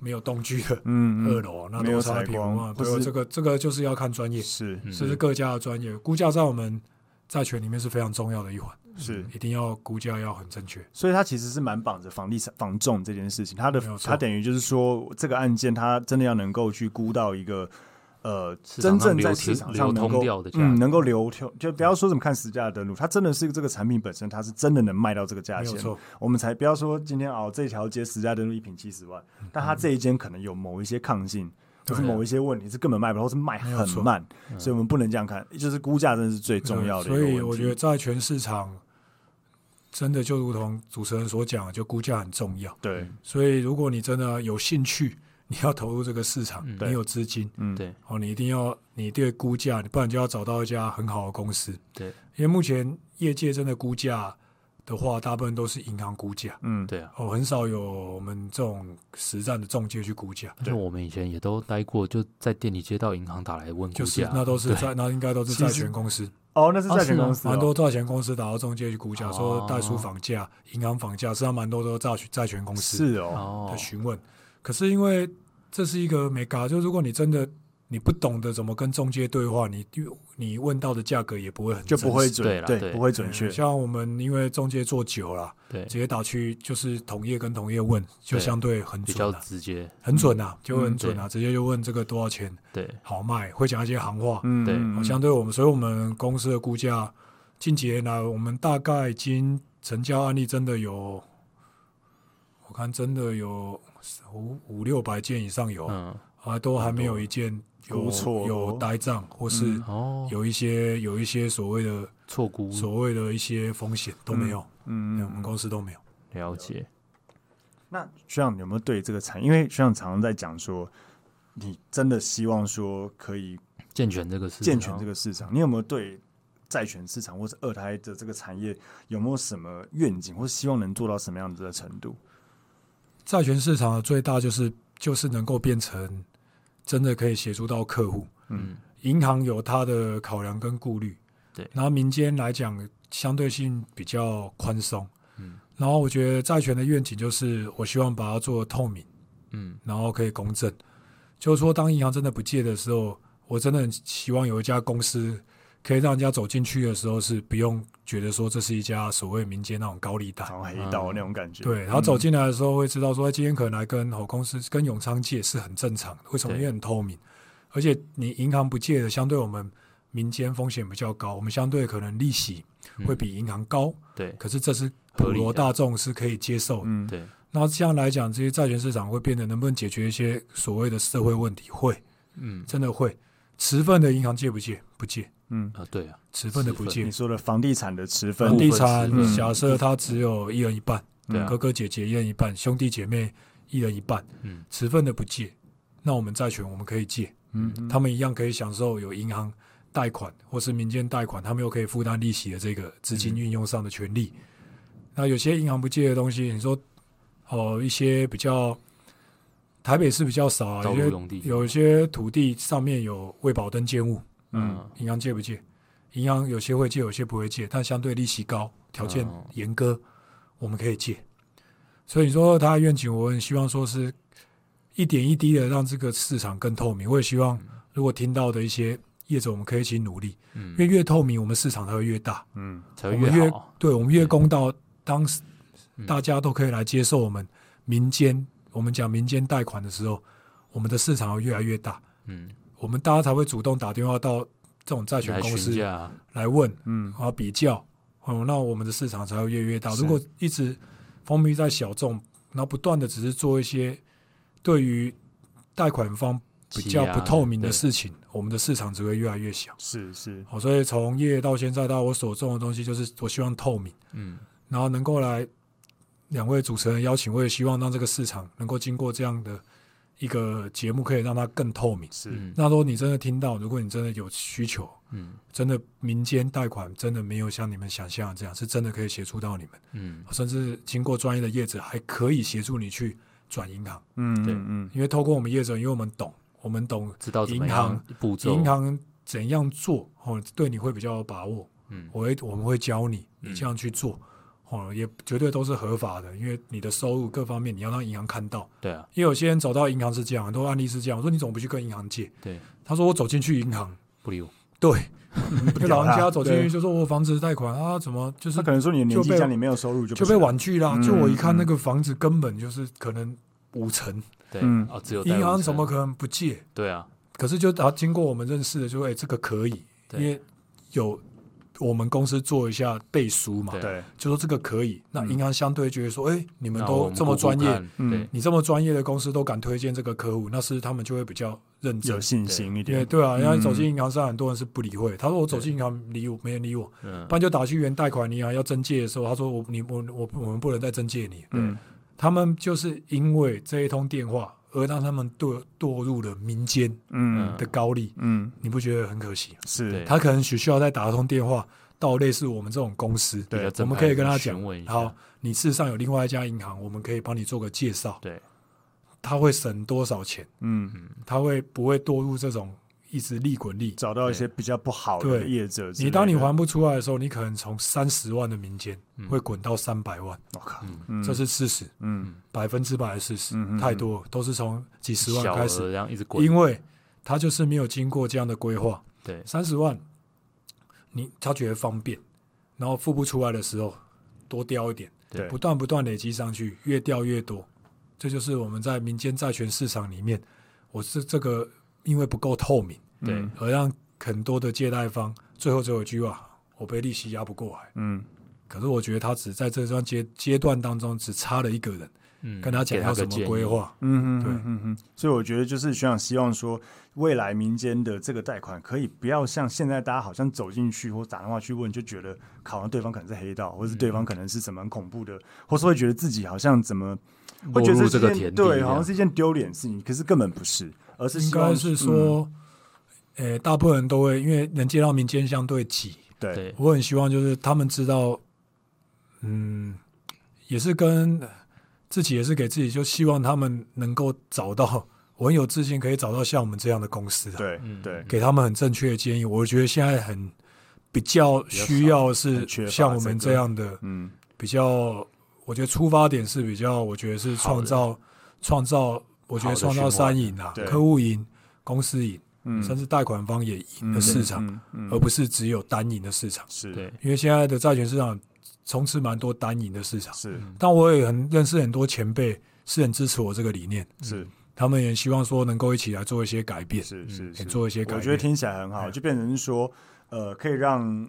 没有动距的嗯二楼，那没有都差采评光嘛，或对啊，是这个这个就是要看专业，是嗯这是各家的专业估价在我们债权里面是非常重要的一环，是，一定要估价要很正确。所以它其实是蛮绑着房地产房重这件事情，它的没有错它等于就是说这个案件它真的要能够去估到一个。呃，市场上真正在流通市场上流能通够掉的价嗯格能够流通，就不要说什么看实价登录，它真的是这个产品本身，它是真的能卖到这个价没有钱。错，我们才不要说今天哦，这条街实价登录一瓶七十万，但它这一间可能有某一些抗性，或对是某一些问题是根本卖不到，或是卖没有很错慢，所以我们不能这样看，就是估价真的是最重要的一所个以问我题觉得债权市场真的就如同主持人所讲的，就估价很重要。对，所以如果你真的有兴趣，你要投入这个市场，嗯你有资金，嗯，对哦，你一定要你对估价，你不然就要找到一家很好的公司，对因为目前业界真的估价的话，大部分都是银行估价，嗯，对啊。哦，很少有我们这种实战的中介去估价，那我们以前也都待过，就在店里接到银行打来问估就是价，那都是对债，那应该都是其实债权公司，哦，那是哦债权是吗公司哦，蛮啊多债权公司打到中介去估价，哦说代书房价、银行房价，实际上蛮多都是债权债权公司是哦哦，的，询问。可是因为这是一个没嘎，就如果你真的你不懂得怎么跟中介对话，你你问到的价格也不会很就不会真实准，对啦对不会准嗯确，像我们因为中介做久了，对，直接打去就是同业跟同业问，就对相对很比较嗯准、啊，直接，很准啊，就很准啊，直接就问这个多少钱对，好卖，会讲一些行话。嗯，对嗯好相对我们，所以我们公司的估价，近几年来我们大概已经成交案例真的有，我看真的有五五六百件以上有，嗯，啊，都还没有一件有估错有呆账，或是嗯哦，有一些有一些所谓的错估，所谓的一些风险都没有，嗯我们公司都没有。了解。那学长有没有对这个产业？因为学长常常在讲说，你真的希望说可以健全这个事，哦健哦全这个市场，你有没有对债权市场或者二胎的这个产业有没有什么愿景，或希望能做到什么样子的程度？债权市场的最大就是就是能够变成真的可以协助到客户。嗯，银行有它的考量跟顾虑，对然后民间来讲相对性比较宽松，嗯，然后我觉得债权的愿景就是我希望把它做透明，嗯然后可以公正，就是说当银行真的不借的时候，我真的很希望有一家公司可以让人家走进去的时候是不用觉得说这是一家所谓民间那种高利贷，然后黑道嗯那种感觉，对，然后走进来的时候会知道说，哎今天可能来跟好公司、跟永昌借是很正常的，为什么？对因为很透明，而且你银行不借的，相对我们民间风险比较高，我们相对可能利息嗯会比银行高，对可是这是合普理的罗大众是可以接受的。嗯，对那这样来讲，这些债权市场会变得能不能解决一些所谓的社会问题？会，嗯真的会。持份的银行借不借？不借。嗯，啊对啊，持份的不持借你。说的房地产的持房分嗯，地产部分持份假设它只有一人一半，对啊哥哥姐姐一人一半，兄弟姐妹一人一半，嗯持份的不借，那我们债权我们可以借，嗯，他们一样可以享受有银行贷款或是民间贷款，他们又可以负担利息的这个资金运用上的权利。嗯那有些银行不借的东西，你说哦，一些比较台北市比较少啊，道有路些用地有些土地上面有未保登建物，嗯嗯银行借不借？银行有些会借，有些不会借，但相对利息高，条件哦严格，我们可以借。所以你说他的愿景，我很希望说是一点一滴的让这个市场更透明。我也希嗯望，如果听到的一些业者，我们可以一起努力，因为嗯越透明，我们市场才会越大，嗯，才我会们越好，对我们越对公道，当时嗯大家都可以来接受我们民间，我们讲民间贷款的时候，我们的市场会越来越大，嗯我们大家才会主动打电话到这种债权来公询司价啊来问，嗯，啊比较，哦，那我们的市场才会越来越大。是如果一直风靡在小众，然后不断的只是做一些对于贷款方比较欺压不透明啊的对事情，我们的市场只会越来越小。是是，哦，所以从业到现在到我所种的东西，就是我希望透明，嗯然后能够来两位主持人的邀请，我也希望让这个市场能够经过这样的一个节目，可以让它更透明。是嗯那如果你真的听到，如果你真的有需求，嗯真的民间贷款真的没有像你们想象的这样，是真的可以协助到你们，嗯甚至经过专业的业者还可以协助你去转银行，嗯对嗯嗯因为透过我们业者，因为我们懂，我们懂知道怎么银样行步骤，银行怎样做哦，对你会比较有把握，嗯我会我们会教你，嗯你这样去做哦，也绝对都是合法的，因为你的收入各方面你要让银行看到，对啊因为有些人走到银行是这样，很多案例是这样，我说你怎么不去跟银行借？对他说我走进去银行，不理我， [LAUGHS] 对，就老人屌家他走进去对就说我哦房子贷款啊，怎么就是他可能说你的年纪就被讲你没有收入就就不被行了，婉拒啦。嗯就我一看那个房子根本就是可能五成，对嗯啊只有银贷款行才怎么可能不借？对啊可是就他经过我们认识的，就说哎、这个可以，因对为有我们公司做一下背书嘛，对对，就说这个可以。那银行相对觉得说，哎、你们那我都这么估估专业看，嗯对你这么专业的公司都敢推荐这个客户，那是他们就会比较认真有。信心一因为点，对啊，人嗯家走进银行上，很多人是不理会。他说我走进银行理我，没人理我。嗯不然就打去原贷款银行要增借的时候，他说我你我我我们不能再增借你。嗯他们就是因为这一通电话而让他们堕堕入了民间嗯的高利，嗯，你不觉得很可惜？是对他可能只需要再打一通电话到类似我们这种公司，比较我正们派可以的跟他询讲问一，下好，你事实上有另外一家银行，我们可以帮你做个介绍，对他会省多少钱，嗯，他会不会堕入这种一直利滚利？找到一些比较不好的对业者之类的，你当你还不出来的时候，你可能从三十万的民间嗯会滚到三百万，我靠，嗯这是事实。嗯百分之百的事实，嗯嗯嗯太多了都是从几十万小开额始，这样一直滚因为他就是没有经过这样的规划，对三十万，你他觉得方便，然后付不出来的时候多掉一点，对不断不断累积上去，越掉越多，这就是我们在民间债权市场里面，我是这个因为不够透明，对嗯而让很多的借贷方最后只有一句话，我被利息压不过来。嗯可是我觉得他只在这段阶阶段当中只差了一个人，嗯跟他讲给要个怎么建规议，划。嗯哼，对嗯哼哼，所以我觉得就是学长希望说，未来民间的这个贷款可以不要像现在大家好像走进去或打电话去问，就觉得好像对方可能是黑道，或是对方可能是什么很恐怖的，或是会觉得自己好像怎么，落会觉得入是这个件田地这对，样好像是一件丢脸的事情，可是根本不是，而是应希该望是嗯说，诶、大部分人都会因为能接到民间相对挤，对，对，我很希望就是他们知道，嗯，也是跟自己也是给自己，就希望他们能够找到，我很有自信可以找到像我们这样的公司、啊，，对，嗯对，给他们很正确的建议。我觉得现在很比较需要是很缺乏像我们这个这样的，嗯，比较，我觉得出发点是比较，我觉得是创造创造，我觉得创造三赢啊对，客户赢，公司赢，嗯甚至贷款方也赢嗯的市场，，嗯嗯而不是只有单赢的市场。是，对，因为现在的债券市场充斥蛮多单赢的市场，是嗯但我也很认识很多前辈是很支持我这个理念，是他们也希望说能够一起来做一些改变，是是嗯也是，做一些改我觉得变。听起来很好，嗯就变成是说，呃，可以让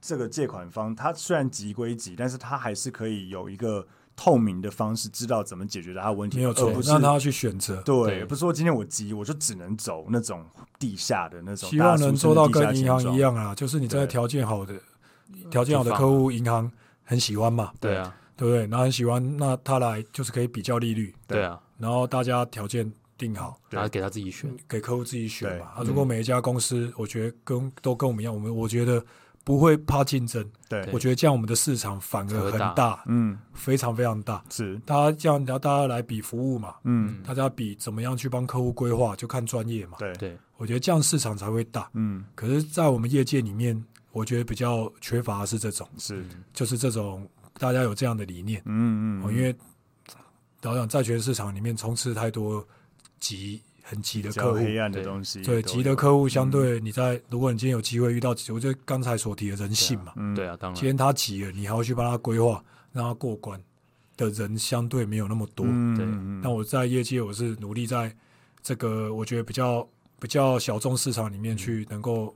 这个借款方他虽然急归急，但是他还是可以有一个透明的方式，知道怎么解决他的问题，没有错而不，是让他去选择，对，对不是说今天我急，我就只能走那种地下的那种，希望能做到大家跟俗称的地银下行一钱样啊，就是你真的对嗯条件好的，条件好的客户，银行很喜欢嘛，对啊，对不对？那很喜欢，那他来就是可以比较利率，对啊，然后大家条件定好，对然后给他自己选，嗯给客户自己选嘛。对啊、如果每一家公司，我觉得跟都跟我们一样，我们我觉得不会怕竞争，庄，对，我觉得这样我们的市场反而可很大大，嗯，非常非常大。是，大家这样，然后大家来比服务嘛，嗯，大家比怎么样去帮客户规划，就看专业嘛。对，对，我觉得这样市场才会大。嗯，可是，在我们业界里面，我觉得比较缺乏的是这种，是，就是这种大家有这样的理念。嗯哦，嗯，因为老讲债权市场里面充斥太多急很急的比客较户，黑暗的嗯东西，对急的客，客户相对你在，如果你今天有机会遇到急，我就刚才所提的人性嘛，嗯对啊，当今然，天他急了，你还要去帮他规划，让他过关的人相对没有那么多。嗯对嗯那我在业界我是努力在这个我觉得比较比较小众市场里嗯面去能够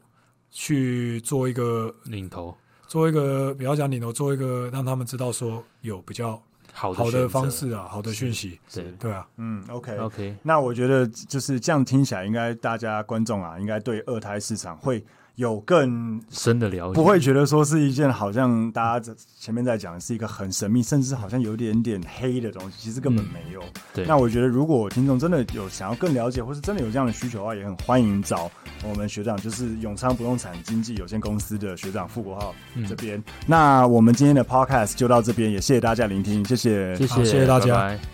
去做一个领头做一个，比较讲领头，做一个让他们知道说有比较好的好选的择方，式啊，好的讯息，对对啊，嗯，OK， ，OK，那我觉得就是这样听起来，应该大家观众啊，应该对二胎市场会有更深的了解，不会觉得说是一件好像大家在前面在讲的是一个很神秘，甚至好像有点点黑的东西，其实根本没有。对那我觉得如果听众真的有想要更了解，或是真的有这样的需求的话，也很欢迎找我们学长，就是永昌不动产经纪有限公司的学长傅国浩这边。那我们今天的 podcast 就到这边，也谢谢大家聆听，谢谢，谢好谢谢大家拜拜